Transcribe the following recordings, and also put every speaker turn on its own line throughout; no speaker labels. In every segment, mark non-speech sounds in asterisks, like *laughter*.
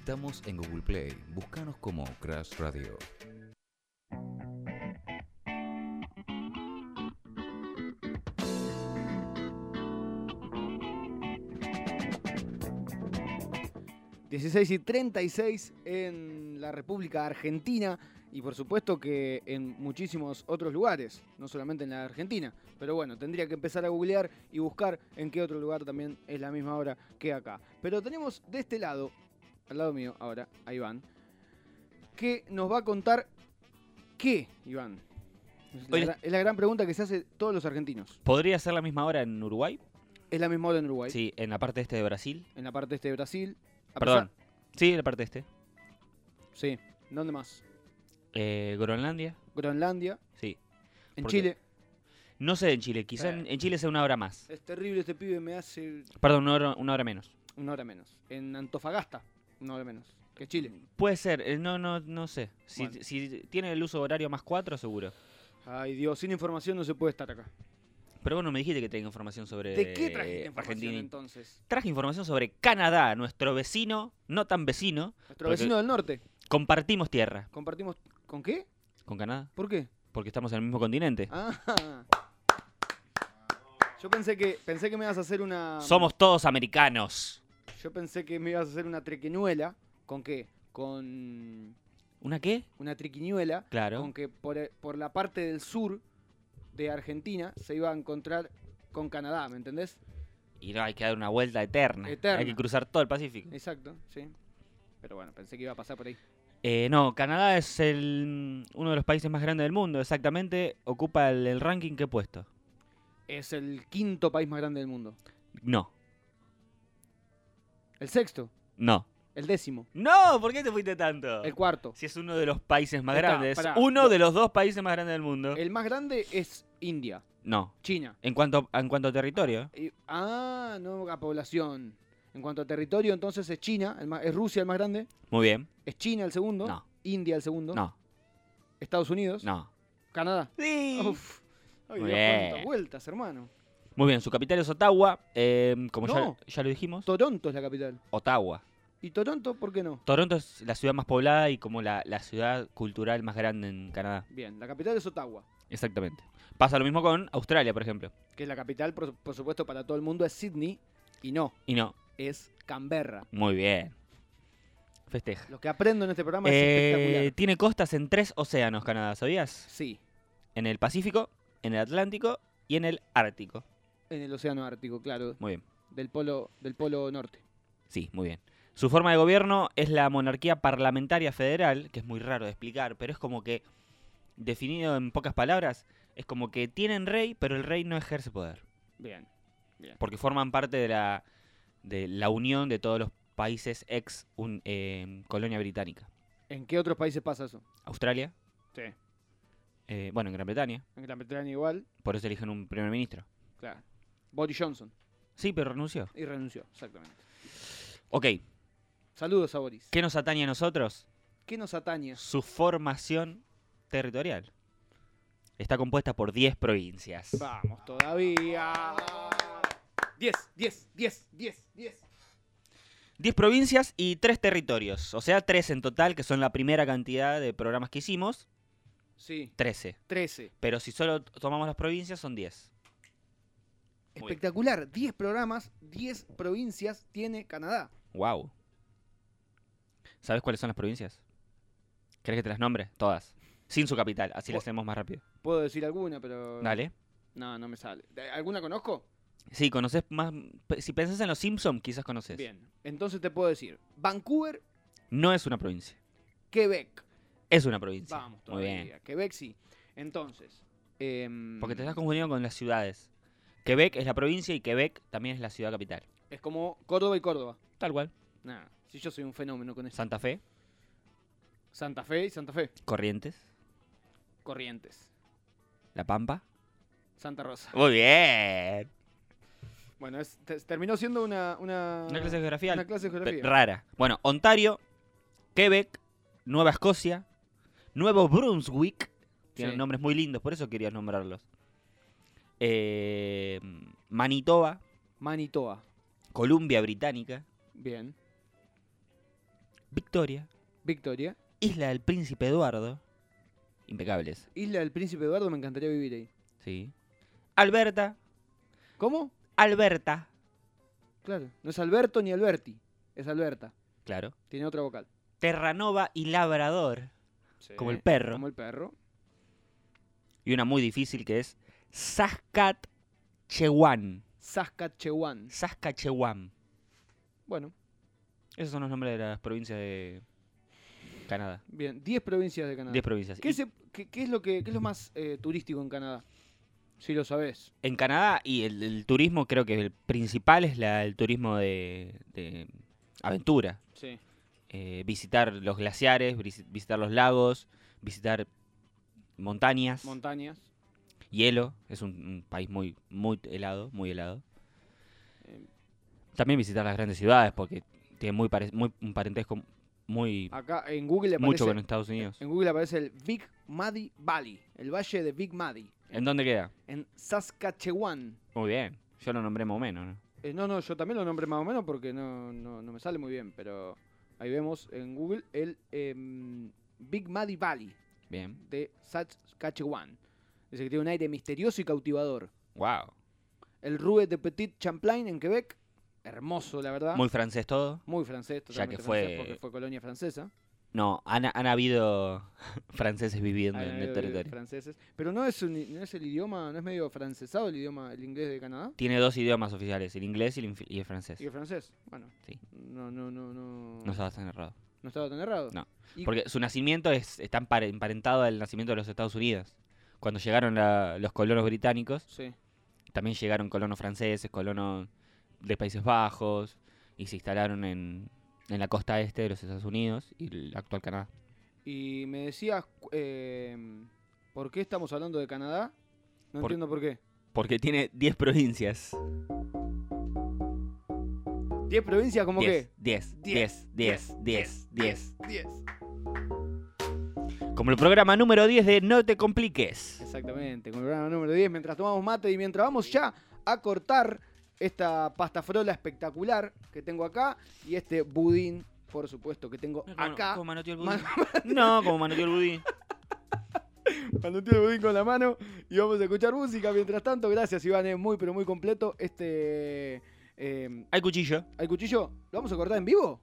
Estamos en Google Play. Búscanos como Crash Radio.
...16 y 36 en la República Argentina y por supuesto que en muchísimos otros lugares, no solamente en la Argentina. Pero bueno, tendría que empezar a googlear y buscar en qué otro lugar también es la misma hora que acá. Pero tenemos de este lado, al lado mío ahora, a Iván, que nos va a contar qué, Iván. Es la,
Hoy-
gran- es la gran pregunta que se hace todos los argentinos.
¿Podría ser la misma hora en Uruguay?
Es la misma hora en Uruguay,
Sí, en la parte este de Brasil.
en la parte este de Brasil. A
Perdón. Sí, en la parte este.
pesar- sí, ¿dónde más?
Eh, Groenlandia.
Groenlandia,
Sí.
en
Porque-
Chile.
No sé en Chile, quizá en, en Chile sea una hora más.
Es terrible este pibe, me hace
Perdón, una hora, una hora menos.
una hora menos. En Antofagasta, una hora menos. Que Chile.
Puede ser, eh, no, no, no sé. Si,
Bueno.
si tiene el uso horario más cuatro, seguro.
Ay Dios, sin información no se puede estar acá.
Pero bueno, me dijiste que tengo información sobre
¿De qué trajiste
eh,
información
Argentina.
entonces?
Traje información sobre Canadá, nuestro vecino, no tan vecino.
Nuestro
Porque-
vecino del norte.
Compartimos tierra
Compartimos. ¿Con qué?
con Canadá,
¿Por qué?
porque estamos en el mismo continente.
Ah. Yo pensé que pensé que me ibas a hacer una.
Somos todos americanos.
Yo pensé que me ibas a hacer una trequiñuela. ¿Con qué? Con
¿Una qué?
una triquiñuela.
Claro.
Con que por, por la parte del sur de Argentina se iba a encontrar con Canadá, ¿me entendés?
Y no, hay que dar una vuelta eterna.
Eterna.
Hay que cruzar todo el Pacífico.
Exacto, sí. Pero bueno, pensé que iba a pasar por ahí.
Eh, no, Canadá es el, uno de los países más grandes del mundo, exactamente. Ocupa el, el ranking que he puesto.
Es el quinto país más grande del mundo.
No,
El sexto,
no.
el décimo,
No, ¿por qué te fuiste tanto?
el cuarto.
Si es uno de los países más
Está,
grandes.
pará. Eh.
Uno de los dos países más grandes del mundo.
El más grande es India,
No.
China.
En cuanto, en cuanto a territorio, ¿eh?
Y- ah, no a población. En cuanto a territorio, entonces es China, el más- es Rusia el más grande,
muy bien.
es China el segundo,
No.
India el segundo,
No,
Estados Unidos,
no.
Canadá.
Sí.
Uf. Ay,
Muy
Dios, cuántas
bien.
vueltas, hermano.
Muy bien, su capital es Ottawa. eh, como
No.
ya, ya lo dijimos,
Toronto es la capital.
Ottawa.
¿Y Toronto por qué no?
Toronto es la ciudad más poblada y como la, la ciudad cultural más grande en Canadá.
Bien, la capital es Ottawa,
Exactamente. Pasa lo mismo con Australia, por ejemplo.
que es la capital, por- por supuesto, para todo el mundo es Sydney y no,
Y no,
es Canberra.
muy bien. Festeja.
Lo que aprendo en este programa
Eh,
es espectacular.
tiene costas en tres océanos, Canadá, ¿sabías?
Sí,
En el Pacífico, en el Atlántico y en el Ártico.
en el Océano Ártico, claro,
Muy bien.
del polo, del polo norte.
Sí, muy bien. Su forma de gobierno es la monarquía parlamentaria federal, que es muy raro de explicar, pero es como que, definido en pocas palabras, es como que tienen rey, pero el rey no ejerce poder.
Bien. Bien.
Porque forman parte de la, de la unión de todos los países ex un- eh, colonia británica.
¿En qué otros países pasa eso?
Australia,
Sí.
eh, bueno, en Gran Bretaña,
En Gran Bretaña igual,
por eso eligen un primer ministro.
claro. Boris Johnson.
Sí, pero renunció.
Y renunció, exactamente.
Ok,
Saludos a Boris. ¿Qué,
¿qué nos atañe a nosotros?
nos atañe?
Su formación territorial. Está compuesta por 10 provincias.
Vamos todavía. 10, 10, 10, 10, 10.
10 provincias y 3 territorios. O sea, 3 en total, que son la primera cantidad de programas que hicimos.
Sí,
13.
13.
Pero si solo tomamos las provincias, son 10. Muy bien.
Espectacular. 10 programas, 10 provincias tiene Canadá.
Wow. ¿Sabes cuáles son las provincias? ¿Querés que te las nombre? Todas. Sin su capital, así
Bu-
las hacemos más rápido.
Puedo decir alguna, pero.
Dale.
No, no me sale. ¿De- ¿Alguna conozco?
Sí, conoces más. pe- Si pensás en los Simpsons, quizás conoces.
Bien. Entonces te puedo decir: Vancouver,
No es una provincia.
Quebec.
Es una provincia.
Vamos
Muy
todavía.
bien.
Quebec sí. Entonces. em,
Porque te estás confundiendo con las ciudades. Quebec es la provincia y Quebec también es la ciudad capital.
Es como Córdoba y Córdoba.
Tal cual.
Nah, si yo soy un fenómeno con eso.
Santa Fe,
Santa Fe y Santa Fe.
Corrientes,
Corrientes.
La Pampa.
Santa Rosa.
Muy bien.
Ah, Bueno, es- te- terminó siendo una. Una,
Una clase de geografía
Una clase de
pe-
geografía.
rara. Bueno, Ontario, Quebec, Nueva Escocia, Nuevo Brunswick. Tienen
Sí.
nombres muy lindos, por eso quería nombrarlos. Eh, Manitoba,
Manitoba.
Columbia Británica,
Bien.
Victoria,
Victoria.
Isla del Príncipe Eduardo, impecables,
Isla del Príncipe Eduardo, me encantaría vivir ahí.
sí. Alberta,
¿Cómo?
Alberta,
Claro. No es Alberto ni Alberti. Es Alberta.
claro.
Tiene otra vocal.
Terranova y Labrador, como el perro.
Eh, Como el perro.
Y una muy difícil que es Saskatchewan.
Saskatchewan.
Saskatchewan.
Bueno,
Esos son los nombres de las provincias de Canadá.
bien. 10 provincias de Canadá.
10 provincias.
¿Qué,
Y
se- qué- qué es lo que, qué es lo más eh, turístico en Canadá? Si lo sabes.
En Canadá, y el, el turismo creo que el principal es la- el turismo de, de aventura.
Sí.
Eh, visitar los glaciares, visi- visitar los lagos, visitar montañas,
Montañas.
hielo. Es un, un país muy, muy helado, muy helado.
Eh,
También visitar las grandes ciudades porque tiene muy, pare- muy un parentesco muy
Acá en Google aparece.
mucho con Estados Unidos.
En Google aparece el Big Muddy Valley, el valle de Big Muddy,
¿En dónde queda?
en Saskatchewan.
Muy bien. Yo lo nombré más o menos, ¿no?
Eh, no, no, yo también lo nombré más o menos porque no, no, no me sale muy bien, pero ahí vemos en Google el em, Big Muddy Valley
Bien.
de Saskatchewan. Dice que tiene un aire misterioso y cautivador.
Wow.
El Rue de Petit Champlain en Quebec, hermoso, la verdad.
Muy francés todo.
Muy francés,
Ya que
totalmente francés,
fue-
porque fue colonia francesa.
No, han, han habido *laughs* franceses viviendo
Ahí
en
veo
el
que
territorio.
eh, franceses. Pero no es, un- no es el idioma, no es medio francesado el idioma, el inglés de Canadá.
Tiene dos idiomas oficiales, el inglés y el, inf- y el francés.
¿Y el francés? Bueno.
Sí.
No, no, no, no.
No estaba tan errado.
¿No estaba tan errado.
No,
Y-
Porque su nacimiento es, está empare- emparentado al nacimiento de los Estados Unidos. Cuando llegaron la- los colonos británicos,
Sí.
también llegaron colonos franceses, colonos de Países Bajos, y se instalaron en, en la costa este de los Estados Unidos y el actual Canadá.
Y me decías, cu- em, ¿por qué estamos hablando de Canadá? No
Por-
entiendo por qué.
Porque tiene 10 provincias.
¿Diez provincias como
10,
qué?
10,
Diez,
10, 10, 10, 10.
Diez.
Como el programa número 10 de No te compliques.
Exactamente, con el programa número 10, mientras tomamos mate y mientras vamos ya a cortar esta pasta frola espectacular que tengo acá y este budín, por supuesto, que tengo acá.
Como manoteó el budín.
budín. *laughs*
No, como manoteó el budín.
Cuando tiene el budín con la mano y vamos a escuchar música. Mientras tanto, gracias Iván, es muy pero muy completo este... em,
Hay cuchillo.
¿Al cuchillo lo vamos a cortar en vivo?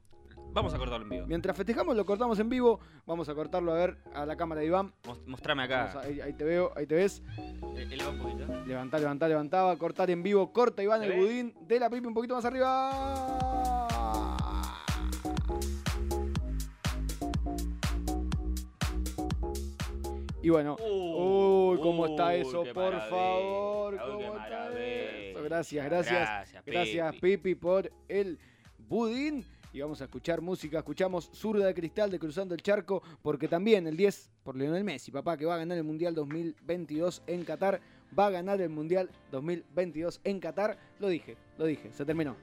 Vamos a cortarlo en vivo.
Mientras festejamos lo cortamos en vivo. Vamos a cortarlo a ver a la cámara de Iván.
Mos- Mostrame
Vamos a-
acá.
ahí, ahí te veo, ahí te ves.
Eleva un poquito.
Levantá, levantá, levantaba. Cortar en vivo. Corta Iván
¿Se
el
ve?
budín de la pipi un poquito más arriba. Y bueno.
Uh,
Uy, cómo está eso,
qué
por
maravilla.
favor.
Uy, qué
¿Cómo está
maravilla.
eso? Gracias, gracias. Gracias,
Pipi.
Pipi, por el budín. Y vamos a escuchar música. Escuchamos Zurda de Cristal de Cruzando el Charco, porque también el 10 por Lionel Messi, papá, que va a ganar el Mundial 2022 en Qatar. Va a ganar el Mundial 2022 en Qatar. Lo dije, lo dije, se terminó.